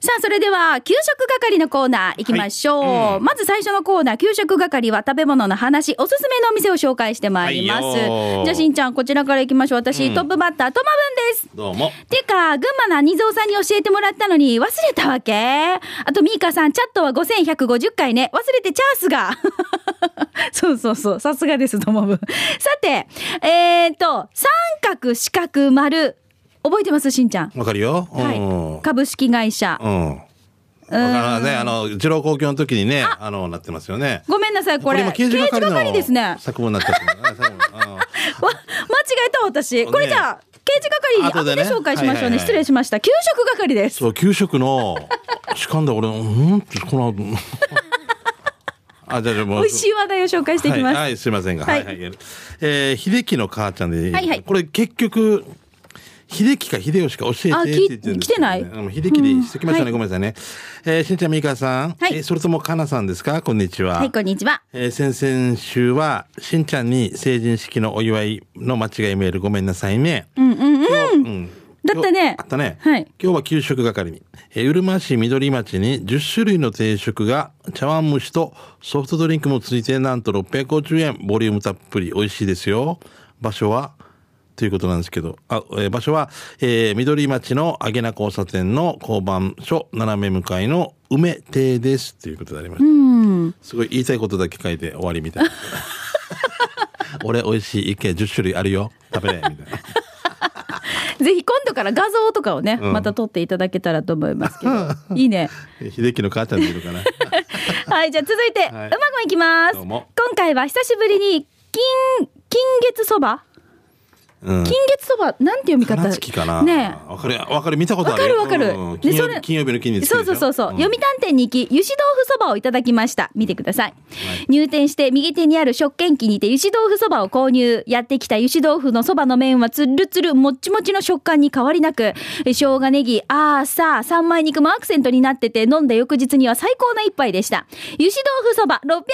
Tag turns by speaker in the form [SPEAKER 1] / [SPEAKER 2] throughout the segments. [SPEAKER 1] さあ、それでは、給食係のコーナー行きましょう。
[SPEAKER 2] はいうん
[SPEAKER 1] まず最初のコーナー、給食係は食べ物の話、おすすめのお店を紹介してまいります。
[SPEAKER 2] はいよー
[SPEAKER 1] じゃあ、しんちゃん、こちらから行きましょう。私、
[SPEAKER 2] うん
[SPEAKER 1] トップバッター、トマブンです。
[SPEAKER 2] どうも。
[SPEAKER 1] てか、群馬の兄蔵さんに教えてもらったのに忘れたわけあと、ミーカさん、チャットは5150回ね。忘れてチャンスが。 そうそうそう。さすがです、ともぶん。さて、えーと、三角、四角、丸。覚えてますしんちゃん。
[SPEAKER 2] わかるよ。うん。
[SPEAKER 1] はい。株式会社。
[SPEAKER 2] うん。わからないね。あの、二郎公共の時にね、あの、なってますよね。
[SPEAKER 1] ごめんなさい、これ。
[SPEAKER 2] 今、刑事係
[SPEAKER 1] 刑
[SPEAKER 2] の
[SPEAKER 1] ですね。わ、
[SPEAKER 2] 作文になっちゃってるね作文。うん
[SPEAKER 1] 間違えた、私。これじゃあ、刑事係に後
[SPEAKER 2] 後
[SPEAKER 1] で
[SPEAKER 2] でね
[SPEAKER 1] 紹介しましょうね。
[SPEAKER 2] はいはいはい
[SPEAKER 1] 失礼しました。給食係です。
[SPEAKER 2] そう、給食の、しかんだ俺、うんって、この、あ、じゃあじゃあもう。
[SPEAKER 1] 美味しい話題を紹介していきます。
[SPEAKER 2] はい、はい、すいませんが。
[SPEAKER 1] は
[SPEAKER 2] はいい、はい。えー、秀樹の母ちゃんで、
[SPEAKER 1] はいはい
[SPEAKER 2] これ結局、秀樹か秀吉か教えて
[SPEAKER 1] あ
[SPEAKER 2] って
[SPEAKER 1] き
[SPEAKER 2] 言ってるんですよ、ね。
[SPEAKER 1] 来てない
[SPEAKER 2] うん秀樹でしてきましたね、
[SPEAKER 1] うん
[SPEAKER 2] ごめんなさいね。えー、しんちゃん、みーかさん。
[SPEAKER 1] はい
[SPEAKER 2] えーそれとも、かなさんですかこんにちは。
[SPEAKER 1] はい、こんにちは。
[SPEAKER 2] えー先々週は、しんちゃんに成人式のお祝いの間違いメールごめんなさいね。
[SPEAKER 1] うんうんうん。
[SPEAKER 2] うん。
[SPEAKER 1] だったね
[SPEAKER 2] あったね。
[SPEAKER 1] はい
[SPEAKER 2] 今日は給食係に、えーうるま市緑町に10種類の定食が茶碗蒸しとソフトドリンクもついてなんと650円。ボリュームたっぷり美味しいですよ。場所はということなんですけど、あ、えー場所は、えー緑町のあげな交差点の交番所斜め向かいの梅亭です。ということでありました。すごい言いたいことだけ書いて終わりみた いな。俺美味しい一軒10種類あるよ。食べれ。みたいな。
[SPEAKER 1] ぜひ今度から画像とかをね、また撮っていただけたらと思いますけど。 いいね。
[SPEAKER 2] 秀樹の母ちゃんでいるかな。
[SPEAKER 1] はい、じゃあ続いて、うま
[SPEAKER 2] はい
[SPEAKER 1] ごんいきます。
[SPEAKER 2] どう
[SPEAKER 1] 今
[SPEAKER 2] も
[SPEAKER 1] 回は久しぶりに、金、金月そば
[SPEAKER 2] うん。
[SPEAKER 1] 金月そば、なんて読み方
[SPEAKER 2] 金月かな。
[SPEAKER 1] ねえ。
[SPEAKER 2] わかる、わかる、見たことあるよ。
[SPEAKER 1] わかるわかる
[SPEAKER 2] うんうん
[SPEAKER 1] で
[SPEAKER 2] 金曜
[SPEAKER 1] それ
[SPEAKER 2] 日金曜日の金日。
[SPEAKER 1] そうそうそうそう、
[SPEAKER 2] ん
[SPEAKER 1] 読。谷店に行き、油脂豆腐そばをいただきました。見てください。入店して右手にある食券機にて油脂豆腐そばを購入。やってきた油脂豆腐のそばの麺はつるつるもっちもちの食感に変わりなく、え生姜ネギ、あーさあ、三枚肉もアクセントになってて、飲んだ翌日には最高な一杯でした。油脂豆腐そば680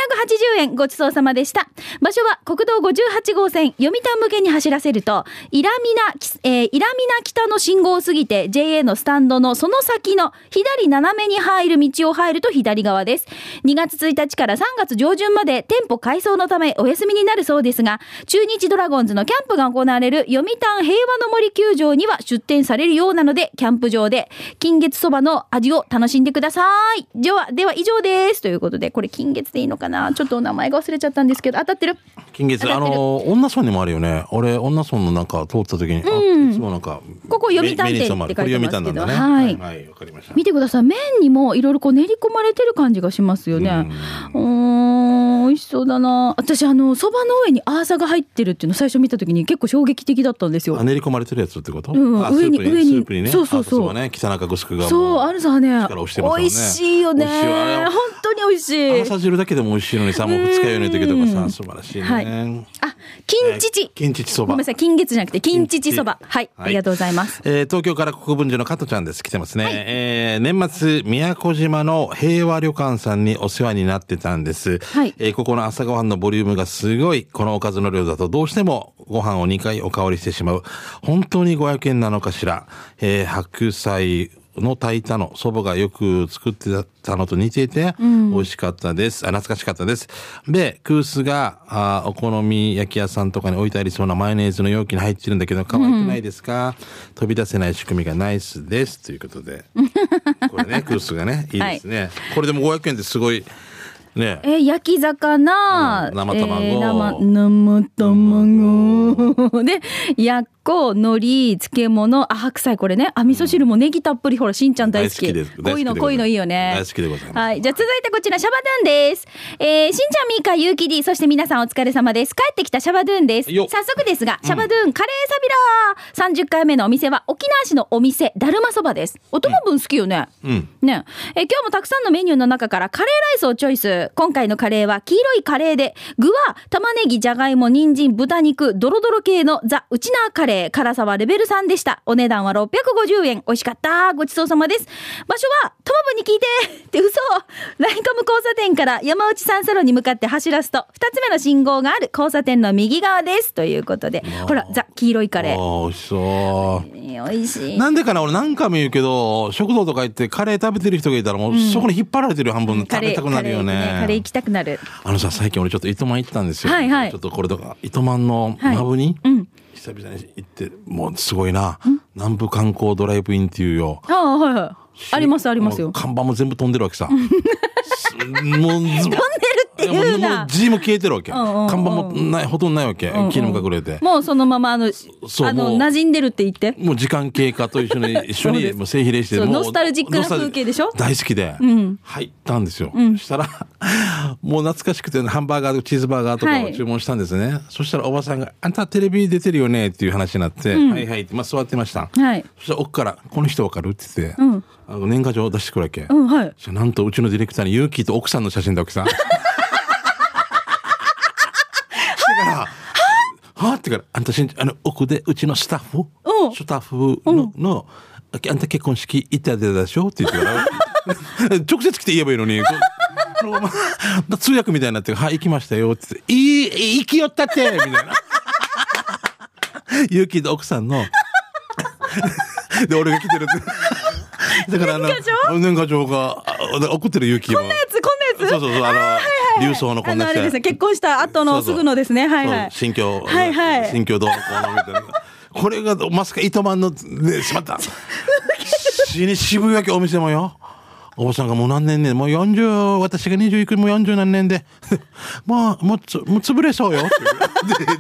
[SPEAKER 1] 円、ごちそうさまでした。場所は国道58号線、読谷向けに走らせると、イラミナ、きえーイラミナ北の信号を過ぎて JA のスタンドのその先の左斜めに入る道を入ると左側です。2月1日から3月上旬まで店舗改装のためお休みになるそうですが、中日ドラゴンズのキャンプが行われる読谷平和の森球場には出店されるようなので、キャンプ場で金月そばの味を楽しんでください。では、では以上です。ということで、これ金月でいいのかなちょっとお名前が忘れちゃったんですけど、当たってる
[SPEAKER 2] 金
[SPEAKER 1] 当
[SPEAKER 2] 月、
[SPEAKER 1] たって
[SPEAKER 2] あ
[SPEAKER 1] る
[SPEAKER 2] の、女村にもあるよね。俺、女村のなんか通った時に、あいつもなんか。
[SPEAKER 1] ここ読谷店
[SPEAKER 2] 目に染まる
[SPEAKER 1] って書いてますけど
[SPEAKER 2] これ読谷
[SPEAKER 1] は
[SPEAKER 2] なんだね。
[SPEAKER 1] い
[SPEAKER 2] はい、わかりました。
[SPEAKER 1] 見てください麺にもいろいろこう練り込まれてる感じがしますよねうーん美味しそうだな私あのそばの上にアーサが入ってるっていうの最初見た時に結構衝撃的だったんですよ
[SPEAKER 2] あ練り込まれてるやつってこと。
[SPEAKER 1] うん
[SPEAKER 2] あ
[SPEAKER 1] 上に
[SPEAKER 2] スープ
[SPEAKER 1] 上に
[SPEAKER 2] スープにね。
[SPEAKER 1] そうそうそう
[SPEAKER 2] あとね、北中グスクがも。
[SPEAKER 1] そうアルサはね
[SPEAKER 2] 力をしてますよね
[SPEAKER 1] 美味しいよね
[SPEAKER 2] 美味しいわあれ
[SPEAKER 1] 本当に美味しい
[SPEAKER 2] 朝汁だけでも美味しいのにさ、もう二日酔いの時とかさ、素晴らしい
[SPEAKER 1] はい
[SPEAKER 2] ね。
[SPEAKER 1] あ金乳
[SPEAKER 2] 金乳そ
[SPEAKER 1] ごめ
[SPEAKER 2] ば
[SPEAKER 1] んな。さい金月じゃなくて金乳そば
[SPEAKER 2] 金
[SPEAKER 1] はいありがとうございます
[SPEAKER 2] えー東京から国分寺の加藤ちゃんです。来てますね。えー年末、宮古島の平和旅館さんにお世話になってたんです。
[SPEAKER 1] はい
[SPEAKER 2] えーここの朝ごはんのボリュームがすごい。このおかずの量だとどうしてもご飯を2回おかわりしてしまう。本当に500円なのかしら。えー白菜、の炊いたの祖母がよく作ってたのと似ていて美味しかったです、あ懐かしかったですで空スがあお好み焼き屋さんとかに置いてありそうなマヨネーズの容器に入ってるんだけど可愛くないですか、飛び出せない仕組みがナイスですということでこれね空スがねいいですね、これでも500円ってすごいね
[SPEAKER 1] えー焼き魚、
[SPEAKER 2] うん生卵
[SPEAKER 1] えー生生卵でやっこ海苔漬物あ白菜これねあ味噌汁もネギたっぷりほらしんちゃん大好き
[SPEAKER 2] 大好きです
[SPEAKER 1] 濃いの
[SPEAKER 2] 大好き
[SPEAKER 1] 濃い
[SPEAKER 2] でございます
[SPEAKER 1] のいいよね
[SPEAKER 2] 大好きでございます
[SPEAKER 1] はいじゃあ続いてこちらシャバドゥンですえーしんちゃんみーかゆうきりそして皆さんお疲れ様です帰ってきたシャバドゥンです
[SPEAKER 2] よっ
[SPEAKER 1] 早速ですが、シャバドゥンカレーサビラー30回目のお店は沖縄市のお店だるまそばですおともぶん好きよね、
[SPEAKER 2] うん
[SPEAKER 1] ねえ今日もたくさんのメニューの中からカレーライスをチョイス。今回のカレーは黄色いカレーで、具は玉ねぎ、じゃがいも、人参、豚肉、ドロドロ系のザ・ウチナーカレー。辛さはレベル3でした。お値段は650円。美味しかった。ごちそうさまです。場所は、トマブに聞いてって嘘ライカム交差点から山内三サロに向かって走らすと、二つ目の信号がある交差点の右側です。ということで、ほら、ザ・黄色いカレー。
[SPEAKER 2] ああ、美味しそ
[SPEAKER 1] えー美味し
[SPEAKER 2] う。
[SPEAKER 1] い。
[SPEAKER 2] なんでかな俺何回も言うけど、食堂とか行ってカレー食べてる人がいたらもうそこに引っ張られてる半分食べたくなるよ
[SPEAKER 1] カレーカレー行くカレー
[SPEAKER 2] ね
[SPEAKER 1] 行。きたくなる。
[SPEAKER 2] あのさ、最近俺ちょっと糸満行ったんですよ。
[SPEAKER 1] はいはい
[SPEAKER 2] ちょっとこれとか、糸満のマブに、
[SPEAKER 1] うん。
[SPEAKER 2] 久々に行って、もうすごいな。南部観光ドライブインっていうよ。
[SPEAKER 1] ああ、はいはい。ありますあります
[SPEAKER 2] も
[SPEAKER 1] よ
[SPEAKER 2] う。看板も全部飛んでるわけさ。すもう、飛んでる
[SPEAKER 1] って言うな
[SPEAKER 2] 字も消えてるわけ。
[SPEAKER 1] うんうんうん
[SPEAKER 2] 看板もない、ほとんどないわけ。木にも隠れて。
[SPEAKER 1] もうそのままあの、あの、
[SPEAKER 2] そうもう
[SPEAKER 1] 馴染んでるって言って。
[SPEAKER 2] もう時間経過と一緒に、一 緒
[SPEAKER 1] そうで
[SPEAKER 2] に
[SPEAKER 1] す
[SPEAKER 2] もう性比例して、
[SPEAKER 1] そう
[SPEAKER 2] もう
[SPEAKER 1] ノスタルジックな風景でしょ
[SPEAKER 2] ノスタルジック大好きで、入ったんですよ。したら、 もう懐かしくて、ハンバーガーとかチーズバーガーとか
[SPEAKER 1] は
[SPEAKER 2] を
[SPEAKER 1] い
[SPEAKER 2] 注文したんですね。そしたらおばさんが、あんたテレビ出てるよねっていう話になって、はいはいって、まあ座ってました。
[SPEAKER 1] はい。
[SPEAKER 2] そしたら奥から、この人わかるって言って、
[SPEAKER 1] うん
[SPEAKER 2] あの年賀状を出してくるわけ。
[SPEAKER 1] うん、はい。
[SPEAKER 2] そしたらなんとうちのディレクターにユーキーと奥さんの写真だわけさ。してから、はあってから、あんたしん、あの、奥でうちのスタッフ
[SPEAKER 1] うん、
[SPEAKER 2] スタッフの、のあんた結婚式行ったででしょって言ってから、 直接来て言えばいいのに、こうまあ通訳みたいになって、はい、行きましたよって言って、いい、行きよったってみたいな。ユーキーと奥さんの、で、俺が来てるって。だから、あの、年賀状が、あ送ってるユーキーも。こんな
[SPEAKER 1] こんなやつ
[SPEAKER 2] そうそうそう、あの、流送のこ
[SPEAKER 1] あ
[SPEAKER 2] ん
[SPEAKER 1] の、
[SPEAKER 2] な
[SPEAKER 1] あれです
[SPEAKER 2] 人
[SPEAKER 1] ね、。結婚した後のすぐのですね。はいは
[SPEAKER 2] そう
[SPEAKER 1] い。
[SPEAKER 2] 新居、
[SPEAKER 1] はいはい
[SPEAKER 2] 新居どうのこうのみたいな。これが、まさか糸満の、ね、しまった。死に渋谷家お店もよ。おばさんがもう何年ね、もう40、私が20いくもう40何年で、 もう、もうつ、もう潰れそうよ っていう。で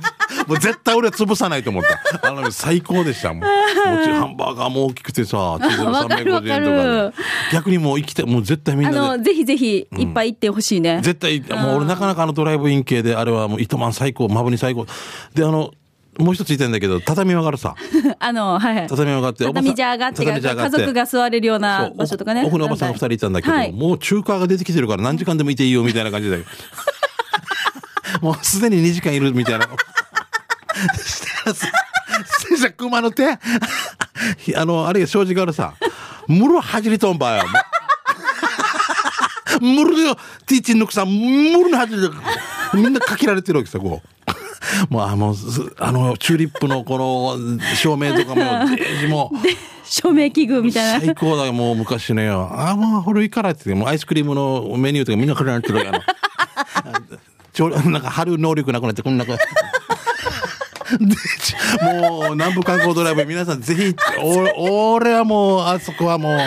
[SPEAKER 2] もう絶対俺は潰さないと思った。あの、最高でした。もう、もちろんハンバーガーも大きくてさ、チーズ も
[SPEAKER 1] わかるわかる
[SPEAKER 2] 350円とかで。逆にもう生きて、もう絶対みん
[SPEAKER 1] あ
[SPEAKER 2] なで
[SPEAKER 1] の、ぜひぜひ、いっぱい行ってほしいね。
[SPEAKER 2] 絶対、もう俺なかなかあのドライブイン系で、あれはもう糸満最高、マブに最高。で、あの、もう一つ言いたいんだけど、畳上がるさ。
[SPEAKER 1] あの、はいはい。
[SPEAKER 2] 畳上がって、
[SPEAKER 1] 畳じゃ上がって、
[SPEAKER 2] 畳じゃ上が
[SPEAKER 1] 家
[SPEAKER 2] って
[SPEAKER 1] 族が座れるような場所とかね。
[SPEAKER 2] そう奥奥のおばさんが二人いたんだけど、
[SPEAKER 1] はい
[SPEAKER 2] もう中華が出てきてるから何時間でもいていいよみたいな感 じだよ。もうすでに2時間いるみたいな。したらさ、そしたら熊の手、あの、あれが障子があるさ、むるはじりとんばよ。むるよ、ティーチンのくさ、むるのはじりとみんなかけられてるわけさ、こう。もうあの、すあの、チューリップのこの照明とかも、デージも。
[SPEAKER 1] 照明器具みたいな。
[SPEAKER 2] 最高だよ、もう昔のよ。ああ、もう古いからって言って、もうアイスクリームのメニューとかみんなこれなってる わけあのちょなんか貼る能力なくなって、こんなこでち もう南部観光ドライブ皆さんぜひお俺はもうあそこはもう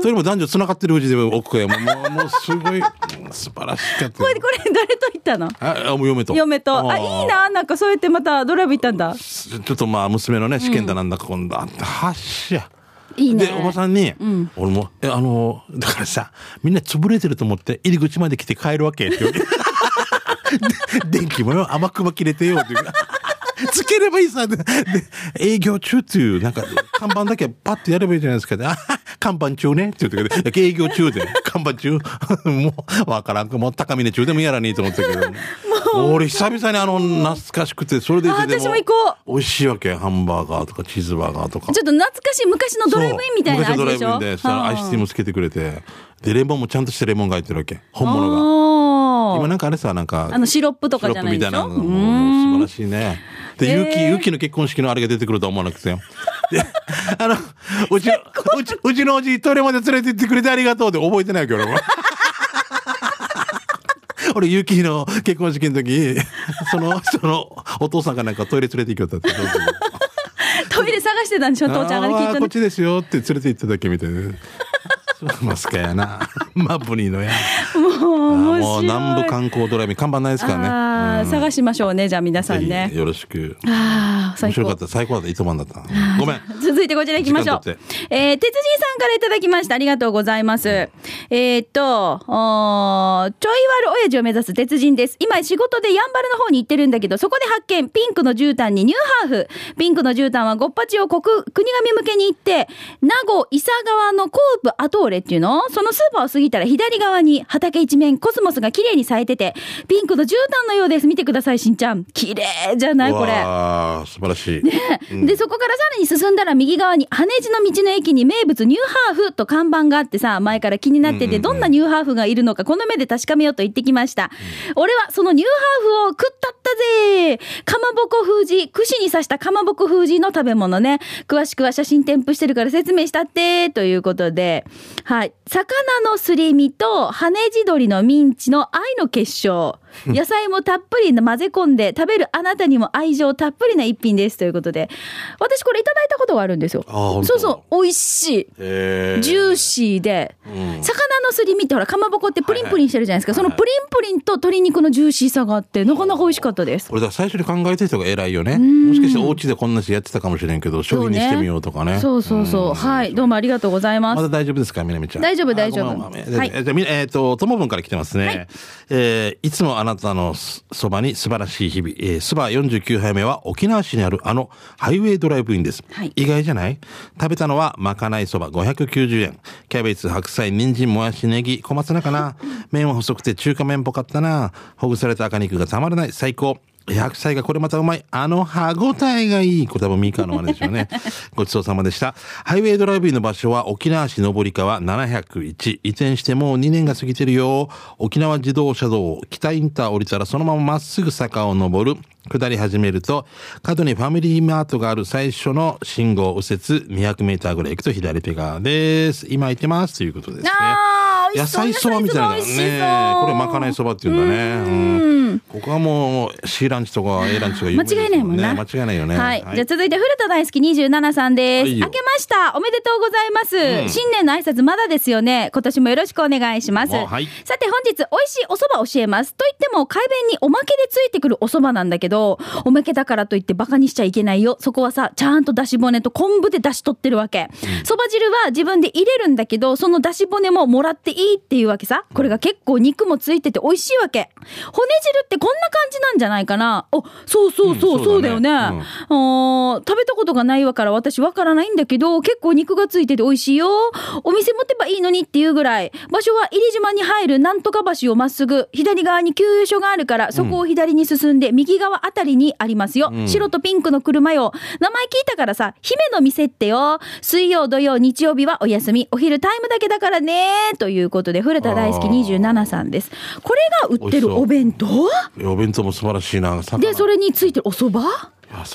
[SPEAKER 2] それも男女つながってるうちで奥へもうもうもうすごい素晴らしかった
[SPEAKER 1] これ、これ、誰と行ったの
[SPEAKER 2] ああもう嫁と
[SPEAKER 1] 嫁と。あ、
[SPEAKER 2] ー
[SPEAKER 1] いいな。なんかそうやってまたドライブ行ったんだ。
[SPEAKER 2] ちょちょっとまあ娘のね試験だなんだか今度あったはっしゃ
[SPEAKER 1] いいね
[SPEAKER 2] でおばさんに、俺も「えあのだからさみんな潰れてると思って入り口まで来て帰るわけ」って言う で電気もよ甘くば切れてよ」って言う つければいいさってで営業中っていうなんか看板だけパッとやればいいじゃないですかであ看板中ねって言ってくれて営業中で看板中 もうわからんもう高峰中でもやらねえと思ったけど俺久々にあの懐かしくてそれで
[SPEAKER 1] あ
[SPEAKER 2] で
[SPEAKER 1] 私も行こ
[SPEAKER 2] 美味しいわけハンバーガーとかチーズバーガーとか
[SPEAKER 1] ちょっと懐かしい昔のドライブインみたいな
[SPEAKER 2] そう
[SPEAKER 1] 味で
[SPEAKER 2] 昔
[SPEAKER 1] し
[SPEAKER 2] のド
[SPEAKER 1] ょ
[SPEAKER 2] ライブインでそしたらアイスティー
[SPEAKER 1] ム
[SPEAKER 2] もつけてくれてでレモンもちゃんとしてレモンが入ってるわけ本物が今なんかあれさなんか
[SPEAKER 1] あのシロップとか
[SPEAKER 2] シロ
[SPEAKER 1] じゃ
[SPEAKER 2] ッ
[SPEAKER 1] な
[SPEAKER 2] プ
[SPEAKER 1] い
[SPEAKER 2] み
[SPEAKER 1] で
[SPEAKER 2] た
[SPEAKER 1] し
[SPEAKER 2] いな
[SPEAKER 1] ょ
[SPEAKER 2] の
[SPEAKER 1] う
[SPEAKER 2] もう素晴らしいねで
[SPEAKER 1] へー
[SPEAKER 2] ゆきゆきの結婚式のあれが出てくるとは思わ なくてよであのうちのうちうちのおじトイレまで連れて行ってくれてありがとうって覚えてないわけど俺も俺、ゆきの結婚式の時、その、その、お父さんがなんかトイレ連れて行きよったって。
[SPEAKER 1] トイレ探してたんでし ょ父ちゃんがねき
[SPEAKER 2] あ
[SPEAKER 1] っ
[SPEAKER 2] ー
[SPEAKER 1] と
[SPEAKER 2] こっ
[SPEAKER 1] ね
[SPEAKER 2] ちですよって連れて行っただけみ たいな。そうマスカやな。マブリーのや。
[SPEAKER 1] もう面白
[SPEAKER 2] も
[SPEAKER 1] い
[SPEAKER 2] う南部観光ドライブ看板ないですから
[SPEAKER 1] あ
[SPEAKER 2] ね。
[SPEAKER 1] ー探しましょうねじゃあ皆さん
[SPEAKER 2] ぜ
[SPEAKER 1] ね
[SPEAKER 2] ひよろしく。
[SPEAKER 1] あー最
[SPEAKER 2] 面白か
[SPEAKER 1] 高
[SPEAKER 2] った。最高だった。糸満だ った。ごめん。
[SPEAKER 1] 続いてこちら行きましょう
[SPEAKER 2] 時間取っ。
[SPEAKER 1] えー、鉄人さんからいただきました。ありがとうございます。ええーっと、おーちょい悪親父を目指す鉄人です。今仕事でやんばるの方に行ってるんだけど、そこで発見、ピンクの絨毯にニューハーフ。ピンクの絨毯はゴッパチを国、国神向けに行って、名護伊佐川のコープアトーレっていうのそのスーパーを過ぎたら左側に畑一面コスモスが綺麗に咲いてて、ピンクの絨毯のようです。見てください、しんちゃん。綺麗じゃないこれ。
[SPEAKER 2] わあ素晴らしい。
[SPEAKER 1] で、そこからさらに進んだら右側に、羽地の道の駅に名物ニューハーフと看板があってさ、前から気になってて、どんなニューハーフがいるのか、この目で確かめようと言ってきました。俺はそのニューハーフを食ったったぜかまぼこ封じ、串に刺したかまぼこ封じの食べ物ね。詳しくは写真添付してるから説明したって、ということで、はい。魚のすり身と、羽地鶏のミンチの愛の結晶。野菜もたっぷり混ぜ込んで、食べるあなたにも愛情たっぷりな一品ですということで、私これいただいたことがあるんですよ。
[SPEAKER 2] あ本当
[SPEAKER 1] そうそう、美味し
[SPEAKER 2] え
[SPEAKER 1] い。ジューシーで、
[SPEAKER 2] うん
[SPEAKER 1] 魚のすり身ってほら、かまぼこってプリンプリンしてるじゃないですか。
[SPEAKER 2] はいはい
[SPEAKER 1] そのプリンプリンと鶏肉のジューシーさがあって、なかなか美味しかったです。
[SPEAKER 2] これだ最初に考えた人が偉いよね。もしかしてお家でこんなしやってたかもしれんけど、商品にしてみようとかね。
[SPEAKER 1] そうそうそう。はい。どうもありがとうございま。
[SPEAKER 2] ますだ大丈夫ですか、みなみちゃん。
[SPEAKER 1] 大丈夫
[SPEAKER 2] あ
[SPEAKER 1] 大丈夫
[SPEAKER 2] ごめんごめん
[SPEAKER 1] はい
[SPEAKER 2] えーじゃあみえっと、ともぶんから来てますね。い、えーいつもあなたのそそばに素晴らしい日々。えー、そば49杯目は沖縄市にあるあのハイウェイドライブインです。
[SPEAKER 1] はい
[SPEAKER 2] 意外じゃない食べたのはまかないそば590円。キャベツ、白菜、人参、もやし、ネギ、小松菜 かな。麺は細くて中華麺っぽかったな。ほぐされた赤肉がたまらない。最高。白菜がこれまたうまい。あの歯ごたえがいい。これ多分ミーカーの真似でしょう ね。ごちそうさまでした。ハイウェイドライブインの場所は沖縄市上川701。移転してもう2年が過ぎてるよ。沖縄自動車道、北インター降りたらそのまままっすぐ坂を登る。下り始めると、角にファミリーマートがある最初の信号右折200メーターぐらい行くと左手側です。今行ってますということですね。
[SPEAKER 1] あー美
[SPEAKER 2] 野
[SPEAKER 1] 味しそう
[SPEAKER 2] 菜そばみたいな
[SPEAKER 1] 野菜そば美
[SPEAKER 2] ね。
[SPEAKER 1] 味しそう
[SPEAKER 2] これまかないそばっていうんだね。うんここはもう C ランチとか A ランチとか有
[SPEAKER 1] 間
[SPEAKER 2] 名です
[SPEAKER 1] 違いないもんな。
[SPEAKER 2] ね間違いないよね。
[SPEAKER 1] はい。じゃあ続いて、古田大好き27さんです。
[SPEAKER 2] はいよ
[SPEAKER 1] 明けましたおめでとうございます、新年の挨拶まだですよね。今年もよろしくお願いします。
[SPEAKER 2] もうはい
[SPEAKER 1] さて本日、美味しいお蕎麦教えます。と言っても、海弁におまけでついてくるお蕎麦なんだけど、おまけだからといってバカにしちゃいけないよ。そこはさ、ちゃんと出し骨と昆布で出し取ってるわけ。蕎麦汁は自分で入れるんだけど、その出し骨ももらっていいっていうわけさ。これが結構肉もついてて美味しいわけ。骨汁ってこんな感じなんじゃないかな。お、そうそうそう、
[SPEAKER 2] うん
[SPEAKER 1] そうだよね。
[SPEAKER 2] そうだねうん
[SPEAKER 1] あー食べたことがないわから私わからないんだけど、結構肉がついてて美味しいよ。お店持てばいいのにっていうぐらい。場所は入島に入るなんとか橋をまっすぐ、左側に給油所があるから、そこを左に進んで、右側あたりにありますよ。白とピンクの車よ。名前聞いたからさ、姫の店ってよ。水曜、土曜、日曜日はお休み。お昼タイムだけだからね。ということで、古田大好き
[SPEAKER 2] あー
[SPEAKER 1] 27さんです。これが売って
[SPEAKER 2] 美味しそ
[SPEAKER 1] る
[SPEAKER 2] う
[SPEAKER 1] お弁当
[SPEAKER 2] お弁当も素晴らしいな。魚
[SPEAKER 1] で、それについてるお蕎麦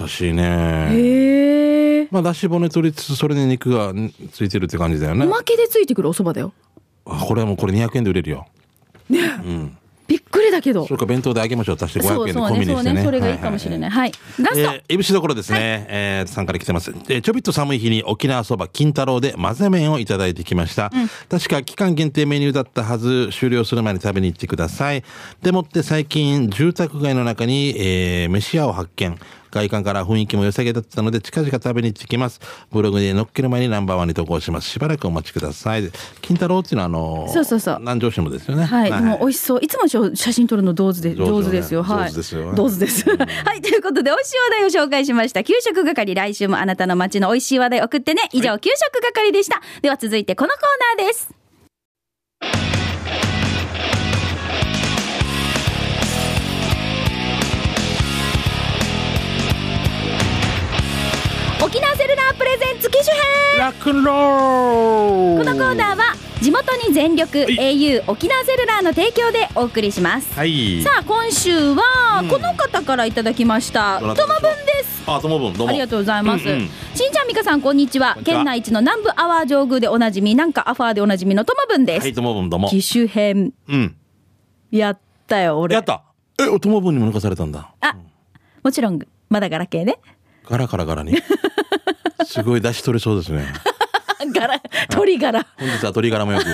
[SPEAKER 2] 優しいね。
[SPEAKER 1] へえ。
[SPEAKER 2] まあ、だし骨取りつつ、それに肉がんついてるって感じだよね
[SPEAKER 1] お。まけでついてくるお蕎麦だよ。
[SPEAKER 2] あこれはもうこれ200円で売れるよ。
[SPEAKER 1] びっくりだけど。
[SPEAKER 2] それか弁当であげましょう。足して
[SPEAKER 1] そ
[SPEAKER 2] 500
[SPEAKER 1] う
[SPEAKER 2] 円で
[SPEAKER 1] そう
[SPEAKER 2] コンビ
[SPEAKER 1] ね、
[SPEAKER 2] ニ
[SPEAKER 1] そ
[SPEAKER 2] し
[SPEAKER 1] う
[SPEAKER 2] てね。
[SPEAKER 1] ね、それがいいかもしれない。はい。ラスト、
[SPEAKER 2] えー、いぶしどころですね、えーさんから来てます、えーちょびっと寒い日に沖縄そば金太郎で混ぜ麺をいただいてきました、確か期間限定メニューだったはず終了する前に食べに行ってくださいでもって最近住宅街の中に、えー飯屋を発見外観から雰囲気も良さげだったので近々食べに行ってきますブログに載っける前にナンバーワンに投稿しますしばらくお待ちください金太郎っていうのはあのー
[SPEAKER 1] そうそうそう
[SPEAKER 2] 南城市もですよね
[SPEAKER 1] はい、でも美味しそう。いつもしょ写真撮るの上手で、
[SPEAKER 2] 上手よね
[SPEAKER 1] 上手ですよ。はい。
[SPEAKER 2] 上手ですよね
[SPEAKER 1] 上手です。 はい、ということで、美味しい話題を紹介しました。給食係、来週もあなたの街の美味しい話題送ってね。以上、給食係でした。では続いて、このコーナーです。沖縄セルラープレゼンツ機種編
[SPEAKER 2] ラックンロー
[SPEAKER 1] このコーナーは地元に全力 au 沖縄セルラーの提供でお送りします、
[SPEAKER 2] はい
[SPEAKER 1] さあ今週はこの方からいただきました、
[SPEAKER 2] どな
[SPEAKER 1] と
[SPEAKER 2] たで
[SPEAKER 1] も
[SPEAKER 2] しょう
[SPEAKER 1] ぶんです
[SPEAKER 2] あともぶんどうも
[SPEAKER 1] ありがとうございます、
[SPEAKER 2] うんうん
[SPEAKER 1] しんちゃんみかさんこんにちは
[SPEAKER 2] こんにちは
[SPEAKER 1] 県内一の南部アワー上宮でおなじみなんかアファーでおなじみのともぶんです、
[SPEAKER 2] はいともぶんどうも
[SPEAKER 1] 機種編
[SPEAKER 2] うん
[SPEAKER 1] やったよ俺
[SPEAKER 2] やったえ、お友分にも抜かされたんだ。
[SPEAKER 1] あもちろんまだガラケーね
[SPEAKER 2] ガラガラ ガラに。すごい出し取れそうですね。
[SPEAKER 1] ガラ鳥ガラ
[SPEAKER 2] 本日は鶏ガラ もよく。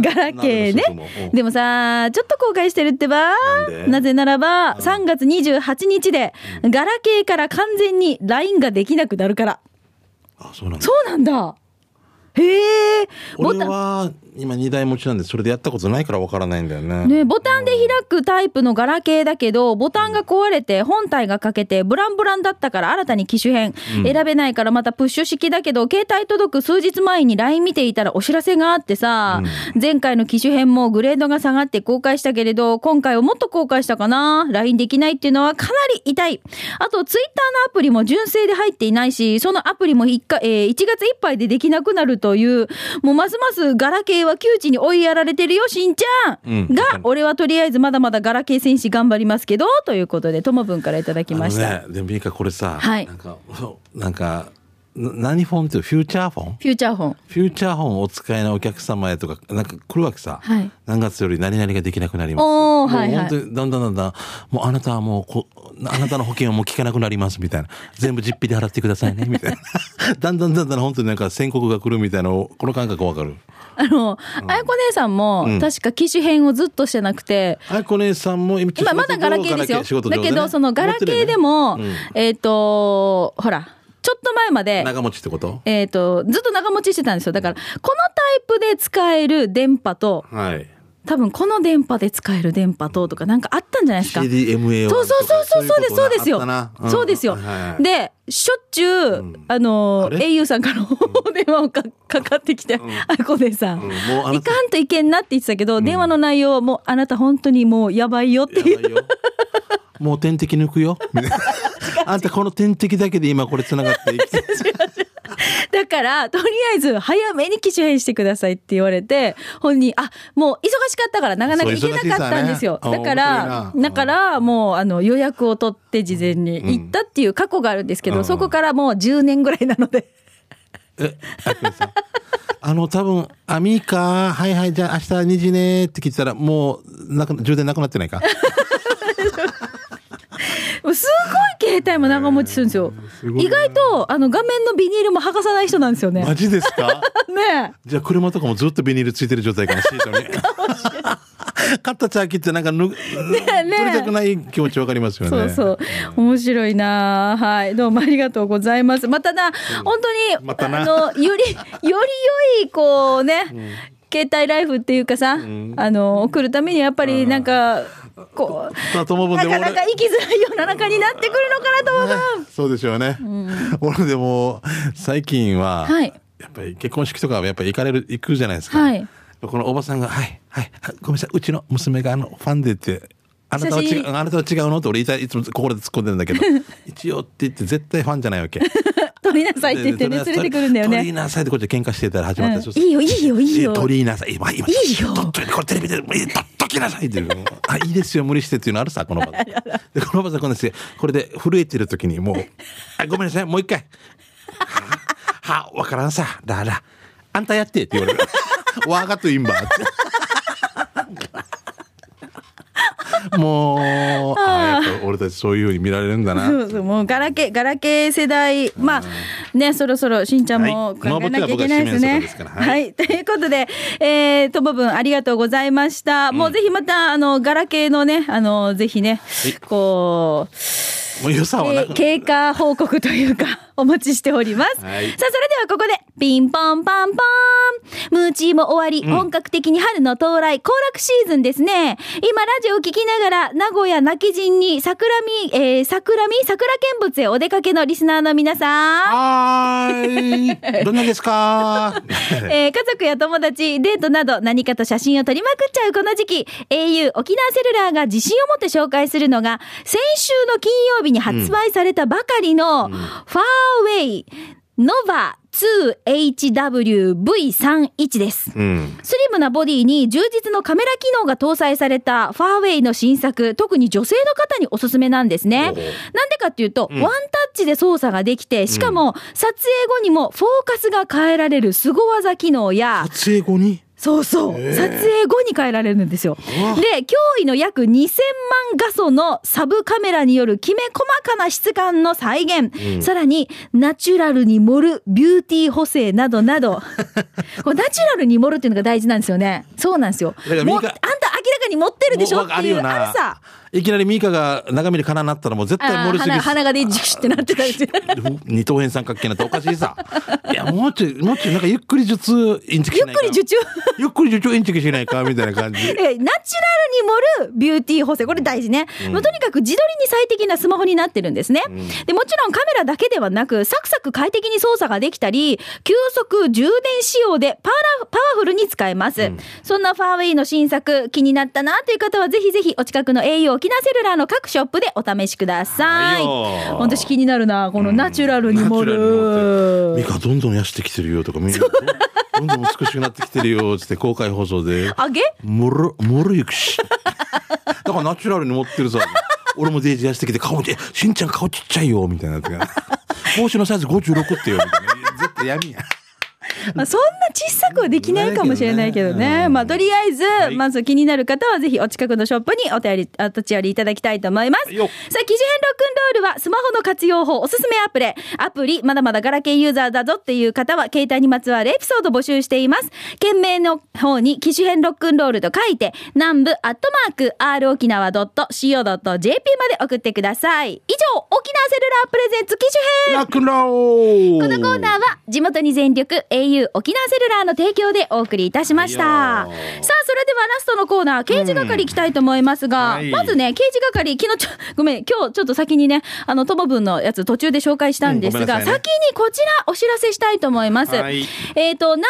[SPEAKER 1] ガラケーね
[SPEAKER 2] なんでそこもうん
[SPEAKER 1] でもさちょっと後悔してるってば
[SPEAKER 2] んで
[SPEAKER 1] なぜならば3月28日でガラケーから完全に LINE ができなくなるから
[SPEAKER 2] あ、そうなんだ。
[SPEAKER 1] そうなんだへえボ
[SPEAKER 2] 俺
[SPEAKER 1] タン
[SPEAKER 2] は今2台持ちなんでそれでやったことないからわからないんだよね
[SPEAKER 1] ね、ボタンで開くタイプのガラケーだけどボタンが壊れて本体が欠けてブランブランだったから新たに機種変、選べないからまたプッシュ式だけど携帯届く数日前に LINE 見ていたらお知らせがあってさ、前回の機種変もグレードが下がって後悔したけれど今回はもっと後悔したかな LINE できないっていうのはかなり痛いあと Twitter のアプリも純正で入っていないしそのアプリも 1, か、えー1月いっぱいでできなくなるというもうますますガラケーは窮地に追いやられてるよしんちゃん
[SPEAKER 2] うん
[SPEAKER 1] が、俺はとりあえずまだまだガラケー戦士頑張りますけど、ということで、ともぶんからいただきました。
[SPEAKER 2] あのね、でもいいかこれさ、
[SPEAKER 1] はい
[SPEAKER 2] なんかそうなんかな何フォンっていうのフューチャーフォ
[SPEAKER 1] フ
[SPEAKER 2] ン
[SPEAKER 1] ューチャーフォン。
[SPEAKER 2] フューチャーフォンをお使いのお客様へとかなんか来るわけさ、
[SPEAKER 1] はい
[SPEAKER 2] 何月より何々ができなくなります
[SPEAKER 1] お
[SPEAKER 2] も
[SPEAKER 1] ー
[SPEAKER 2] う
[SPEAKER 1] はいはい
[SPEAKER 2] 本当にだんだんだんだんもうあなたはもうこあなたの保険はもう効かなくなりますみたいな全部実費で払ってくださいねみたいな だんだんだんだん本当になんか宣告が来るみたいなのこの感覚わかる
[SPEAKER 1] あの、あやこ姉さんも、
[SPEAKER 2] うん
[SPEAKER 1] 確か機種編をずっとしてなくて、
[SPEAKER 2] あいこ姉さんも今
[SPEAKER 1] 今まだガラケーですよ。
[SPEAKER 2] 仕事上
[SPEAKER 1] だ
[SPEAKER 2] でね
[SPEAKER 1] けど、そのガラケーで
[SPEAKER 2] 持
[SPEAKER 1] も、
[SPEAKER 2] ってるよね
[SPEAKER 1] えっ、と、ほら、ちょっと前ま
[SPEAKER 2] う
[SPEAKER 1] で
[SPEAKER 2] ん、長持ちってこと
[SPEAKER 1] えっ、と、ずっと長持ちしてたんですよ。だから、このタイプで使える電波と、
[SPEAKER 2] はい
[SPEAKER 1] 多分この電波で使える電波と、とかなんかあったんじゃないですか。
[SPEAKER 2] CDMA を
[SPEAKER 1] そうそうそうそうそうですそうですよ、そうですよ、
[SPEAKER 2] で
[SPEAKER 1] でしょっちゅう、
[SPEAKER 2] ん
[SPEAKER 1] あの
[SPEAKER 2] あれ
[SPEAKER 1] au さんからお電話をかかかってきて、あこでさ、
[SPEAKER 2] うんもうあ
[SPEAKER 1] い
[SPEAKER 2] なた
[SPEAKER 1] かんといけんなって言ってたけど、電話の内容はもうあなた本当にもうやばいよっていう
[SPEAKER 2] やばいよもう点滴抜 くよみたいなあんたこの点滴だけで今これつながって生きてる
[SPEAKER 1] だからとりあえず早めに機種変してくださいって言われて本人あもう忙しかったからなかなか行
[SPEAKER 2] そう
[SPEAKER 1] け
[SPEAKER 2] 忙しいさね
[SPEAKER 1] なかったんですよ、
[SPEAKER 2] あ
[SPEAKER 1] だから
[SPEAKER 2] 本当に
[SPEAKER 1] だ
[SPEAKER 2] な
[SPEAKER 1] からもうあの予約を取って事前に行ったっていう過去があるんですけど、
[SPEAKER 2] うん
[SPEAKER 1] そこからもう10年ぐらいなので。
[SPEAKER 2] えあきらさんあの多分「あみーかはいはいじゃあ明日2時ね」って聞いたらもうなく充電なくなってないか
[SPEAKER 1] もうすごい携帯も長持ちするんですよ。意外とあの画面のビニールも剥がさない人なんですよね。ね
[SPEAKER 2] マジですか
[SPEAKER 1] え。
[SPEAKER 2] じゃあ車とかもずっとビニールついてる状態 かもしれないカッタチャーキってなんかぬ、ね
[SPEAKER 1] えねえ
[SPEAKER 2] 取りたくない気持ちわかりますよ
[SPEAKER 1] そう
[SPEAKER 2] ね
[SPEAKER 1] そう。面白いなあはい。どうもありがとうございます。またな、本当に、
[SPEAKER 2] またな
[SPEAKER 1] あの、 より、より良い、こうね、携帯ライフっていうかさ、あの、送るためにはやっぱりなんか、こう、
[SPEAKER 2] さあともぶん
[SPEAKER 1] な
[SPEAKER 2] でも
[SPEAKER 1] か
[SPEAKER 2] 俺
[SPEAKER 1] なか生きづらい世の中になってくるのかなと思うな。
[SPEAKER 2] そうでしょうね。 俺でも最近は、
[SPEAKER 1] はい
[SPEAKER 2] やっぱり結婚式とかはやっぱり行かれる行くじゃないですか。
[SPEAKER 1] はい
[SPEAKER 2] このおばさんが「はいはいごめんなさいうちの娘があのファンで」って。あなたは違
[SPEAKER 1] 写
[SPEAKER 2] う
[SPEAKER 1] 真
[SPEAKER 2] あなたは違うのって俺言いたいいつも心で突っ込んでるん だけど一応って言って絶対ファンじゃないわけ。
[SPEAKER 1] 取りなさいって言ってね、連れてくるんだよ
[SPEAKER 2] 取り
[SPEAKER 1] ね。
[SPEAKER 2] なさいってこっちで喧嘩してたら始まったりする
[SPEAKER 1] うんいいよいいよいいよ
[SPEAKER 2] 取りなさい。今今
[SPEAKER 1] いいよ
[SPEAKER 2] 取っといてこれテレビでもいい取っときなさいっていう。あいいですよ無理してっていうのあるさこの場で。でこの場でこんなしてこれで震えてる時にもうあごめんなさいもう一回。ははわからんさだらあんたやってって言われる。わがといんばって。もうあやっぱ俺たちそういうふうに見られるんだな。
[SPEAKER 1] そうそう、もうガラケー、ガラケー世代、まあ、ね、そろそろしんちゃんも
[SPEAKER 2] はい
[SPEAKER 1] 考えなきゃいけないですね。
[SPEAKER 2] まあ僕は僕は指名することですから
[SPEAKER 1] は、
[SPEAKER 2] はい
[SPEAKER 1] という ことで、えー、ともぶんありがとうございました。もうぜひまた、あの、ガラケーのね、あの、ぜひね、こう、
[SPEAKER 2] もう良さはな
[SPEAKER 1] け
[SPEAKER 2] く。
[SPEAKER 1] 経過報告というか、 お持ちしております。
[SPEAKER 2] はい
[SPEAKER 1] さあ、それではここで、ピンポンパンポーンムーチーも終わり、本格的に春の到来、行楽シーズンですね。今、ラジオを聞きながら、名古屋泣き陣に桜見、えー、桜見、桜見物へお出かけのリスナーの皆さん。
[SPEAKER 2] はーい。どんなですか。
[SPEAKER 1] えー家族や友達、デートなど何かと写真を撮りまくっちゃうこの時期、au 沖縄セルラーが自信を持って紹介するのが、先週の金曜日に発売されたばかりの、ファーウェイノバ 2HWV31 です。
[SPEAKER 2] うん。
[SPEAKER 1] スリムなボディに充実のカメラ機能が搭載されたファーウェイの新作、特に女性の方におすすめなんですね。なん
[SPEAKER 2] おう
[SPEAKER 1] でかっていうと、ワンタッチで操作ができて、しかも撮影後にもフォーカスが変えられる凄技機能や、
[SPEAKER 2] 撮影後に。
[SPEAKER 1] そうそう、撮影後に変えられるんですよ。で、驚異の約2000万画素のサブカメラによるきめ細かな質感の再現、さらにナチュラルに盛るビューティー補正などな ど、こうナチュラルに盛るっていうのが大事なんですよね。そうなんですよ。
[SPEAKER 2] から
[SPEAKER 1] もうあ
[SPEAKER 2] ミ
[SPEAKER 1] んた
[SPEAKER 2] カ
[SPEAKER 1] 明らかに持ってるでしょって
[SPEAKER 2] もうある
[SPEAKER 1] いう
[SPEAKER 2] よ
[SPEAKER 1] あ
[SPEAKER 2] な
[SPEAKER 1] るさ
[SPEAKER 2] いきなりミカが長峰かなになったらもう絶
[SPEAKER 1] あ
[SPEAKER 2] 対漏
[SPEAKER 1] ー
[SPEAKER 2] れすぎ
[SPEAKER 1] 鼻鼻がでジクシュってなってたんですよ
[SPEAKER 2] 二等辺三角形なんておかしいさ。 いや、もうちょい、もうちょい、なんかゆっくり術インチキし
[SPEAKER 1] ゆっ
[SPEAKER 2] ない
[SPEAKER 1] く
[SPEAKER 2] か。
[SPEAKER 1] り受注
[SPEAKER 2] ゆっくり術インチキしないか、みたいな 感
[SPEAKER 1] えナ
[SPEAKER 2] じ。
[SPEAKER 1] チュラルに盛るビューティー補正これ大事ね、もうとにかく自撮りに最適なスマホになってるんですね、でもちろんカメラだけではなくサクサク快適に操作ができたり急速充電仕様でパワパワフルに使えます、そんなファーウェイの新作気になったなという方はぜひぜひお近くの au 沖縄セルラーの各ショップでお試しくださ
[SPEAKER 2] はい
[SPEAKER 1] い
[SPEAKER 2] よ
[SPEAKER 1] 私気になるなこのナチュラルに盛る、
[SPEAKER 2] ミカどんどん痩せてきてるよとか、みんなどんどん美しくなってきてるよ、つって公開放送で。
[SPEAKER 1] あげ
[SPEAKER 2] もろ、もろゆくし。だからナチュラルに持ってるさ。俺もデージ痩せてきて顔で、しんちゃん顔ちっちゃいよ、みたいなやつが。帽子のサイズ56ってよ、みたいな。絶対闇や。
[SPEAKER 1] まあ、そんな小さくはできないかもしれないけど
[SPEAKER 2] できない
[SPEAKER 1] ね。
[SPEAKER 2] けどね
[SPEAKER 1] まあ、とりあえず、
[SPEAKER 2] い
[SPEAKER 1] まず気になる方はぜひお近くのショップにお便り、お立ち寄りいただきたいと思います。さあ、記事
[SPEAKER 2] よ
[SPEAKER 1] 編ロックンロールはスマホの活用法おすすめアプリ、アプリ、まだまだガラケーユーザーだぞっていう方は、携帯にまつわるエピソード募集しています。件名の方に、機種編ロックンロールと書いて、南部アットマーク、r 沖縄 .co.jp まで送ってください。以上、沖縄セルラープレゼンツ機種編
[SPEAKER 2] ラクロー
[SPEAKER 1] このコーナーは地元に全力 au 沖縄セルラーの提供でお送りいたしましたさあ
[SPEAKER 2] い
[SPEAKER 1] そ
[SPEAKER 2] い
[SPEAKER 1] れ
[SPEAKER 2] よ
[SPEAKER 1] ではラストのコーナー刑事係いきたいと思いますが、
[SPEAKER 2] うんはい
[SPEAKER 1] まずね刑事係昨日ちょ ごめん今日ちょっと先にねあの友分のやつ途中で紹介したんです
[SPEAKER 2] うんご
[SPEAKER 1] が、
[SPEAKER 2] めんなさいね
[SPEAKER 1] 先にこちらお知らせしたいと思います、
[SPEAKER 2] はい
[SPEAKER 1] えっ、と、南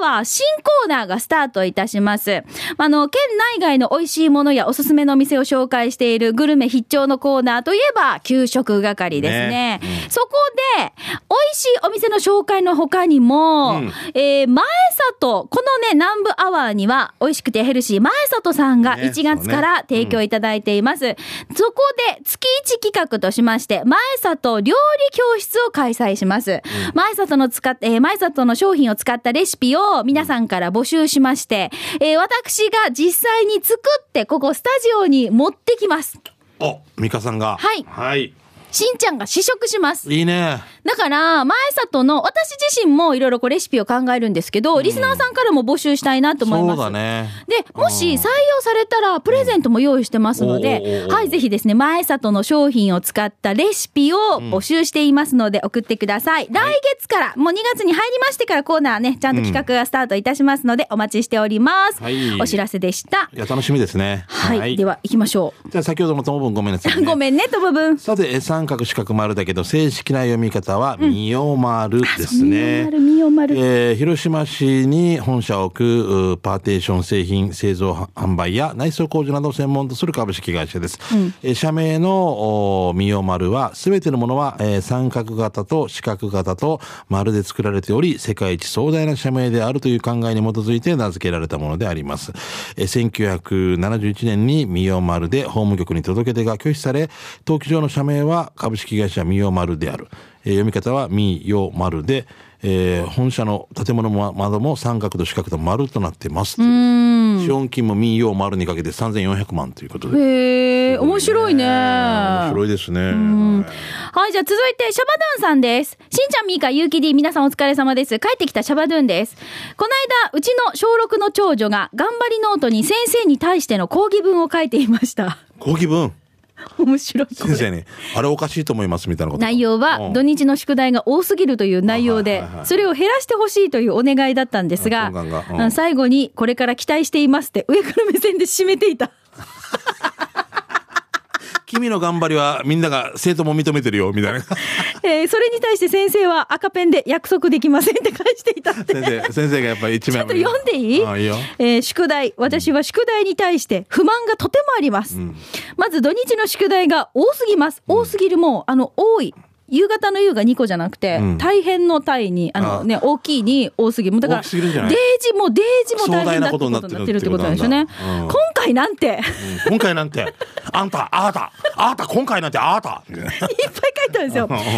[SPEAKER 1] 部アワー新コーナーがスタートいたします。あの、県内外の美味しいものやおすすめのお店を紹介しているグルメ必聴のコーナーといえば、給食係ですね。
[SPEAKER 2] ねう
[SPEAKER 1] そこで、美味しいお店の紹介の他にも、
[SPEAKER 2] うん
[SPEAKER 1] えー前里、このね、南部アワーには、美味しくてヘルシー前里さんが
[SPEAKER 2] ね
[SPEAKER 1] 1月からから提供いただいています。そこで月1企画としまして、前里料理教室を開催します。前里の使っ、えー前里の商品を使ったレシピを皆さんから募集しまして、えー私が実際に作って、ここスタジオに持ってきます。
[SPEAKER 2] お、ミカさんが。
[SPEAKER 1] はい
[SPEAKER 2] はい。
[SPEAKER 1] しんちゃんが試食します。
[SPEAKER 2] いいね。
[SPEAKER 1] だから、前里の、私自身もいろいろこうレシピを考えるんですけど、リスナーさんからも募集したいなと思い
[SPEAKER 2] そ
[SPEAKER 1] ま
[SPEAKER 2] う
[SPEAKER 1] す。
[SPEAKER 2] だね。
[SPEAKER 1] で、もし採用されたら、プレゼントも用意してますの
[SPEAKER 2] うんおーおー
[SPEAKER 1] で
[SPEAKER 2] お、ー
[SPEAKER 1] はい、ぜひですね、前里の商品を使ったレシピを募集していますので、送ってください。来月から、もう2月に入りましてからコーナーね、ちゃんと企画がスタートいたしますので、お待ちしております。
[SPEAKER 2] はい
[SPEAKER 1] お知らせでした。
[SPEAKER 2] いや、楽しみですね。
[SPEAKER 1] はい、では行きましょ
[SPEAKER 2] じゃあ先ほどもともぶんごめんなさい、
[SPEAKER 1] う。
[SPEAKER 2] ね。
[SPEAKER 1] ごめんね、とぶぶん。
[SPEAKER 2] さて、え三角四角丸だけど、正式な読み方は、みよまるですね。
[SPEAKER 1] あそうみよまるみよまる
[SPEAKER 2] えー広島市に本社を置く、うーパーテーション製品製造販売や内装工事などを専門とする株式会社です。えー社名のおーみよまるは、すべてのものは、えー三角型と四角型と丸で作られており、世界一壮大な社名であるという考えに基づいて名付けられたものであります。えー1971年にみよまるで法務局に届け出が拒否され、登記上の社名は株式会社みよまるである。えー読み方はみよまるで、えー本社の建物も窓も三角と四角と丸となってます。資本金も民謡丸にかけて3400万ということで。
[SPEAKER 1] へえ、面白いね。
[SPEAKER 2] 面白いですね。はい
[SPEAKER 1] はい、じゃあ続いて、シャバドゥンさんです。しんちゃん、みーか、ゆうきり、皆さんお疲れ様です。帰ってきたシャバドゥンです。この間、うちの小6の長女が、頑張りノートに先生に対しての講義文を書いていました。
[SPEAKER 2] ご気分、
[SPEAKER 1] 面白い。
[SPEAKER 2] 先生に、あれおかしいと思いますみたいなこと。
[SPEAKER 1] 内容
[SPEAKER 2] う
[SPEAKER 1] は
[SPEAKER 2] ん
[SPEAKER 1] 土日の宿題が多すぎるという内容
[SPEAKER 2] あ
[SPEAKER 1] で
[SPEAKER 2] はいはいはい
[SPEAKER 1] それを減らしてほしいというお願いだったんですが
[SPEAKER 2] あ懇願がうん
[SPEAKER 1] うん最後にこれから期待していますって上から目線で締めていた
[SPEAKER 2] 君の頑張りはみんなが生徒も認めてるよ、みたいな。
[SPEAKER 1] えーそれに対して先生は赤ペンで約束できませんって返していたって
[SPEAKER 2] 先生、先生がやっぱり一
[SPEAKER 1] ちょ
[SPEAKER 2] 枚
[SPEAKER 1] っと読んでいい
[SPEAKER 2] あいいよ。
[SPEAKER 1] えー宿題。私は宿題に対して不満がとてもあります。まず土日の宿題が多すぎます。多すぎるも、あの、多い。夕方の夕が2個じゃなくて、
[SPEAKER 2] うん
[SPEAKER 1] 大変の大に、あの
[SPEAKER 2] あ
[SPEAKER 1] ね、大きいに多すぎも。だから、
[SPEAKER 2] 大
[SPEAKER 1] デ
[SPEAKER 2] きすぎるんじゃない
[SPEAKER 1] ージもデージも大変だってことになっ
[SPEAKER 2] 壮大なことになってて
[SPEAKER 1] るっ
[SPEAKER 2] るってて
[SPEAKER 1] こ
[SPEAKER 2] ことと
[SPEAKER 1] なん
[SPEAKER 2] な
[SPEAKER 1] で
[SPEAKER 2] んだ
[SPEAKER 1] すよね。
[SPEAKER 2] うん
[SPEAKER 1] 今回なんて、
[SPEAKER 2] うん今回なんて、あんた、あーた、あーた、今回なんて、あーた。みたいない
[SPEAKER 1] っぱい書いたんですよ。
[SPEAKER 2] うんうん
[SPEAKER 1] で、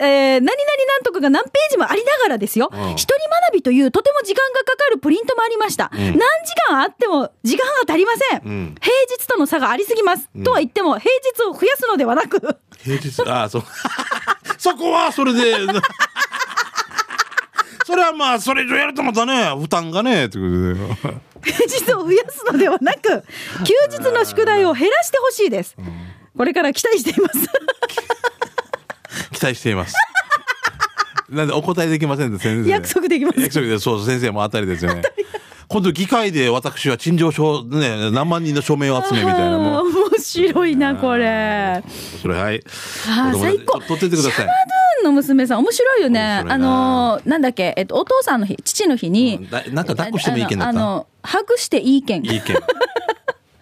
[SPEAKER 1] えー、何々なんとかが何ページもありながらですよ。
[SPEAKER 2] うん
[SPEAKER 1] 一人学びというとても時間がかかるプリントもありました。何時間あっても時間が足りません。
[SPEAKER 2] うん
[SPEAKER 1] 平日との差がありすぎます。とは言っても、平日を増やすのではな く、
[SPEAKER 2] 平日、あーそう。そこは、それで、 それはまあそれ以上やるとまたね負担がねってことで
[SPEAKER 1] 平日を増やすのではなく休日の宿題を減らしてほしいです、これから期待しています
[SPEAKER 2] 期待しています。なんでお答えできませんで先生。
[SPEAKER 1] 約束できません
[SPEAKER 2] 約束でそう先生もあたりですよね。今度議会で私は陳情書ね何万人の署名を集めみたいなも
[SPEAKER 1] あ
[SPEAKER 2] う。
[SPEAKER 1] ー面白いなこれ
[SPEAKER 2] それはい。
[SPEAKER 1] あー
[SPEAKER 2] お友達
[SPEAKER 1] 最高
[SPEAKER 2] と取っててください。
[SPEAKER 1] ドゥーンの娘さん面白いよね
[SPEAKER 2] 面白いな
[SPEAKER 1] あのーなんだっけ、えっと、お父さんの日父の日に、
[SPEAKER 2] うんだなんか抱っこしてもいい意見だった
[SPEAKER 1] あのあのハグしていい件
[SPEAKER 2] いい意見。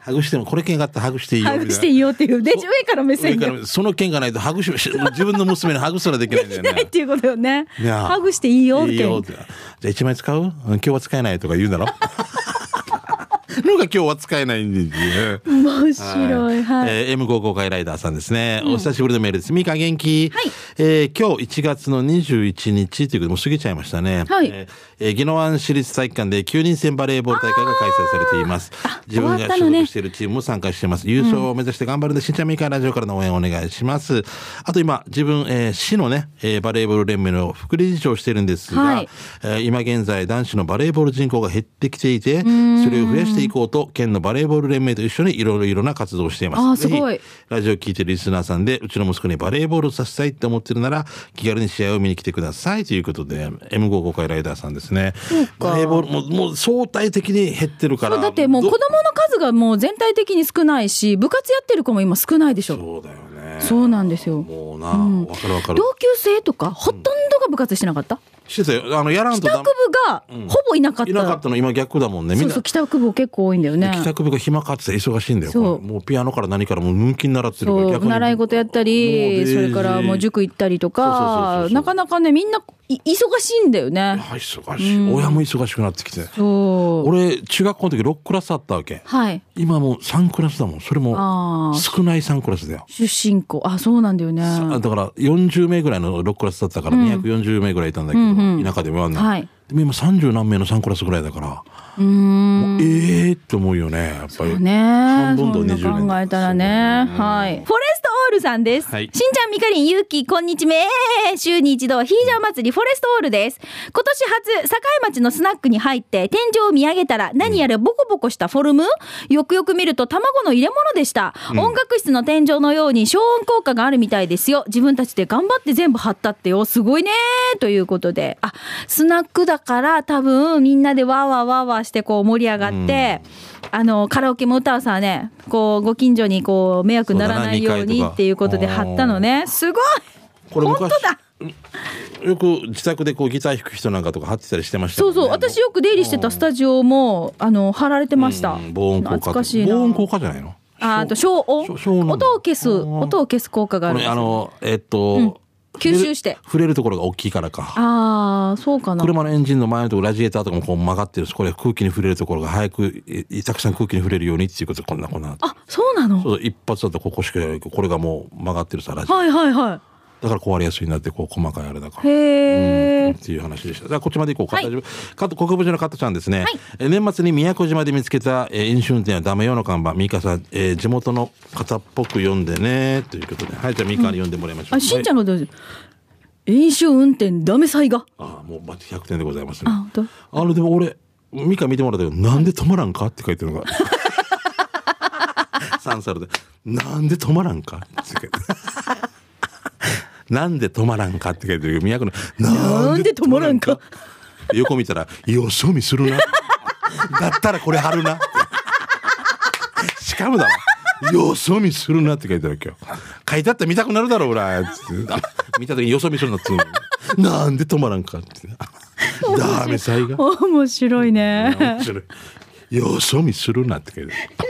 [SPEAKER 2] ハグしてもこれ件があったらハグしていいよみた
[SPEAKER 1] ハ
[SPEAKER 2] いな。
[SPEAKER 1] グしていいよっていうで上から目線が
[SPEAKER 2] 上からその件がないとハグし 自分の娘にハグすらできないんだよね。
[SPEAKER 1] ないっていうことよ ね
[SPEAKER 2] いや
[SPEAKER 1] ハグしていいよって
[SPEAKER 2] いいよってじゃあ1枚使ううん今日は使えないとか言うんだろ のが今日は使えないんで、ね。
[SPEAKER 1] 面白いはい、
[SPEAKER 2] えー M55 回ライダーさんですね。お久しぶりのメールです。みか元気。
[SPEAKER 1] はい
[SPEAKER 2] えー今日1月の21日ということで、もう過ぎちゃいましたね。
[SPEAKER 1] はい
[SPEAKER 2] えーえー宜野湾市立体育館で9人戦バレーボール大会が開催されています
[SPEAKER 1] あ。
[SPEAKER 2] 自分
[SPEAKER 1] 終わっ
[SPEAKER 2] が
[SPEAKER 1] た
[SPEAKER 2] 所
[SPEAKER 1] のね
[SPEAKER 2] 属しているチームも参加しています。優勝を目指して頑張るんで、しんちゃんみかラジオからの応援お願いします。あと今、自分、えー市のね、えーバレーボール連盟の副理事長をしているんですが、
[SPEAKER 1] はい
[SPEAKER 2] えー今現在男子のバレーボール人口が減ってきていてそれを増やしていこうと県のバレーボール連盟と一緒にいろいろな活動をしています
[SPEAKER 1] あー
[SPEAKER 2] ぜひ
[SPEAKER 1] すごい
[SPEAKER 2] ラジオ聞いてるリスナーさんでうちの息子にバレーボールさせたいって思ってるなら気軽に試合を見に来てくださいということで M55 回ライダーさんですね
[SPEAKER 1] か
[SPEAKER 2] バレーボールもうもう相対的に減ってるから
[SPEAKER 1] そうだってもう子
[SPEAKER 2] ど
[SPEAKER 1] 供の数がもう全体的に少ないし部活やってる子も今少ないでしょ
[SPEAKER 2] そうだよね
[SPEAKER 1] そうなんですよ
[SPEAKER 2] もうなわ、かるわか
[SPEAKER 1] 同
[SPEAKER 2] る
[SPEAKER 1] 級生とかほとんどが部活してなかった、
[SPEAKER 2] してたよあのやらんと
[SPEAKER 1] 帰
[SPEAKER 2] ダメ
[SPEAKER 1] 宅部がほぼいなかった,、
[SPEAKER 2] いなかったの今逆だもんねみ
[SPEAKER 1] そ
[SPEAKER 2] ん
[SPEAKER 1] う
[SPEAKER 2] な
[SPEAKER 1] そう帰宅部結構多いんだよね
[SPEAKER 2] 帰宅部が暇かつて忙しいんだよ。
[SPEAKER 1] そう
[SPEAKER 2] これもうピアノから何からもう抜きに習ってるから
[SPEAKER 1] そう
[SPEAKER 2] に
[SPEAKER 1] 習い事やった
[SPEAKER 2] もう
[SPEAKER 1] り
[SPEAKER 2] で
[SPEAKER 1] それからもう塾行ったりと
[SPEAKER 2] そうそうそ
[SPEAKER 1] か
[SPEAKER 2] うそうそう
[SPEAKER 1] なかなかねみんない忙しいんだよね
[SPEAKER 2] あ忙しい、親も忙しくなってきて。
[SPEAKER 1] そう
[SPEAKER 2] 俺中学校の時6クラスあったわけ。
[SPEAKER 1] はい
[SPEAKER 2] 今もう3クラスだもん。それ
[SPEAKER 1] あー
[SPEAKER 2] も少ない3クラスだよ。
[SPEAKER 1] 出身校あそうなんだよね
[SPEAKER 2] さだから40名ぐらいの6クラスだったから240名ぐらいいたんだけど、田舎でもあんな、
[SPEAKER 1] はい
[SPEAKER 2] でも今30何名の3クラスぐらいだから、
[SPEAKER 1] うーん
[SPEAKER 2] もうええって思うよねやっぱり
[SPEAKER 1] ね
[SPEAKER 2] 半分と
[SPEAKER 1] そん
[SPEAKER 2] 20
[SPEAKER 1] な
[SPEAKER 2] 年
[SPEAKER 1] 考えたらねはいフォレストオールさんです、
[SPEAKER 2] はい
[SPEAKER 1] しんちゃんみかりんゆうきこんにちめ週に一度ヒージャー祭りフォレストオールです今年初栄町のスナックに入って天井を見上げたら何やらボコボコしたフォルムよくよく見ると卵の入れ物でした、音楽室の天井のように消音効果があるみたいですよ自分たちで頑張って全部貼ったってよすごいねということであスナックだから多分みんなでわーわーわーわーしてこう盛り上がって、あのカラオケも歌うさはねこうご近所にこう迷惑にならないよう
[SPEAKER 2] そう
[SPEAKER 1] に
[SPEAKER 2] だな
[SPEAKER 1] っていうことで
[SPEAKER 2] 二階とか
[SPEAKER 1] 貼ったのねすごい
[SPEAKER 2] これ
[SPEAKER 1] 本当
[SPEAKER 2] 昔
[SPEAKER 1] だ
[SPEAKER 2] よく自宅でこうギター弾く人なんかとか貼ってたりしてました
[SPEAKER 1] そ
[SPEAKER 2] も
[SPEAKER 1] うん
[SPEAKER 2] ね
[SPEAKER 1] そう私よく出入りしてたスタジオもあの貼られてました、
[SPEAKER 2] うん防音効果
[SPEAKER 1] 懐かしいな
[SPEAKER 2] 防音効果じゃないの
[SPEAKER 1] ああと消音
[SPEAKER 2] 消音なんだ
[SPEAKER 1] 音を消す
[SPEAKER 2] うん
[SPEAKER 1] 音を消す効果があ
[SPEAKER 2] こ
[SPEAKER 1] るん
[SPEAKER 2] れ
[SPEAKER 1] です
[SPEAKER 2] あのえっと、
[SPEAKER 1] 吸収して
[SPEAKER 2] 触れる触れるところが大きいからか
[SPEAKER 1] ああそうかな
[SPEAKER 2] 車のエンジンの前のところラジエーターとかもこう曲がってるしこれ空気に触れるところが早くいいたくさん空気に触れるようにっていうことでこんなこんな
[SPEAKER 1] あそうなの
[SPEAKER 2] そうそう一発だとここしかないこれがもう曲がってるさラジ
[SPEAKER 1] はいはいは
[SPEAKER 2] だから壊れやすいなってこう細かいあれだから
[SPEAKER 1] いへえ、
[SPEAKER 2] っていう話でした。じゃあこっちまで行こうか。
[SPEAKER 1] はい
[SPEAKER 2] 大丈夫。加藤国分寺の加藤ちゃんですね。
[SPEAKER 1] はい
[SPEAKER 2] えー年末に宮古島で見つけた、えー飲酒運転はダメよの看板、ミカさん、えー地元の方っぽく読んでねということで、はいじゃあミカに読んでもらいましょう。
[SPEAKER 1] あしんちゃ
[SPEAKER 2] ん。
[SPEAKER 1] んのどうぞ飲酒運転ダメさいが
[SPEAKER 2] あもうバッチ100点でございますね。
[SPEAKER 1] あ本当
[SPEAKER 2] あのでも俺ミカ見てもらったけどなんで止まらんかって書い てるのがサンサルでなんで止まらんかって書いてるなんで止まらんかって書いてるけど宮古の
[SPEAKER 1] なんで止まらんか
[SPEAKER 2] 横見たらよそ見するなだったらこれ貼るなってしかもだわよそ見するなって書いてある今日書いてあったら見たくなるだろう らつってあ見た時によそ見するなっつうのなんで止まらんかってダメさいが
[SPEAKER 1] 面白いね
[SPEAKER 2] 面白いよそ見するなって書いてあ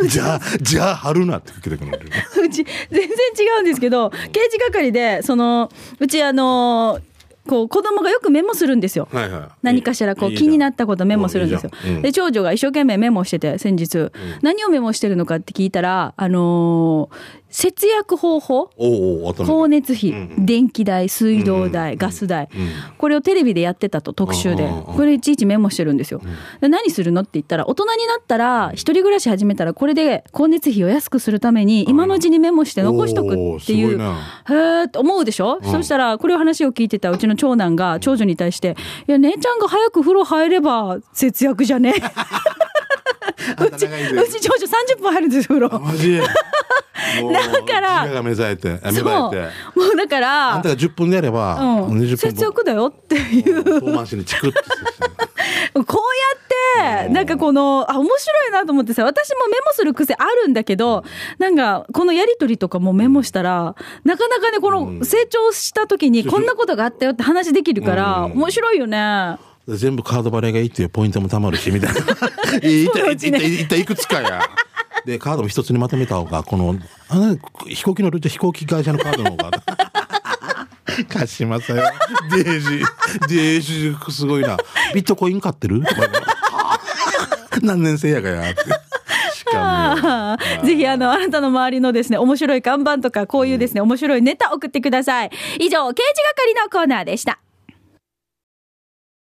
[SPEAKER 2] るじゃあじゃあ貼るなって書いてある
[SPEAKER 1] うち全然違うんですけど刑事係でそのうちあのこう子供がよくメモするんですよ、
[SPEAKER 2] はいはい
[SPEAKER 1] 何かしらこう気になったことメモするんですよ
[SPEAKER 2] いいじゃんう。ん
[SPEAKER 1] で長女が一生懸命メモしてて先日何をメモしてるのかって聞いたらあのー節約方法
[SPEAKER 2] おうおう、頭
[SPEAKER 1] 光熱費、
[SPEAKER 2] うん
[SPEAKER 1] 電気代水道代、
[SPEAKER 2] うん
[SPEAKER 1] ガス代、
[SPEAKER 2] うん
[SPEAKER 1] これをテレビでやってたと特集で
[SPEAKER 2] うんうんうん
[SPEAKER 1] これいちいちメモしてるんですよ、で何するのって言ったら大人になったら一人暮らし始めたらこれで光熱費を安くするために今のうちにメモして残しとく
[SPEAKER 2] おー
[SPEAKER 1] っていう
[SPEAKER 2] すごいな
[SPEAKER 1] へーって思うでしょ、そしたらこれを話を聞いてたうちの長男が長女に対して「いや姉ちゃんが早く風呂入れば節約じゃね」
[SPEAKER 2] あん
[SPEAKER 1] う
[SPEAKER 2] た
[SPEAKER 1] ちうち
[SPEAKER 2] 長いで
[SPEAKER 1] 長女30分入るんですよ風呂。
[SPEAKER 2] マジもう
[SPEAKER 1] だから
[SPEAKER 2] 自我が目覚えてあ
[SPEAKER 1] そ
[SPEAKER 2] 芽
[SPEAKER 1] う
[SPEAKER 2] 生えて
[SPEAKER 1] もうだから
[SPEAKER 2] あんたが10分でやれば、
[SPEAKER 1] うん、
[SPEAKER 2] 20分
[SPEAKER 1] 節約だよっていう
[SPEAKER 2] 分遠回しにチクッとしてきた
[SPEAKER 1] こうやって
[SPEAKER 2] うん
[SPEAKER 1] なんかこのあ面白いなと思ってさ私もメモする癖あるんだけどなんかこのやり取りとかもメモしたらなかなかねこの成長した時 にこんなことがあったよって話できるから
[SPEAKER 2] うん
[SPEAKER 1] 面白いよね。
[SPEAKER 2] 全部カードバレがいいっていうポイントもたまるしみ たいないったいったいったいったいくつかやでカードも一つにまとめた方がこのあなんか飛行機のルート飛行機会社のカードの方が貸しますよデージデージすごいなビットコイン買ってると か何年生やがやってしかもよ
[SPEAKER 1] あーぜひあのあなたの周りのですね面白い看板とかこういうですね面白いネタ送ってください。以上刑事係のコーナーでした。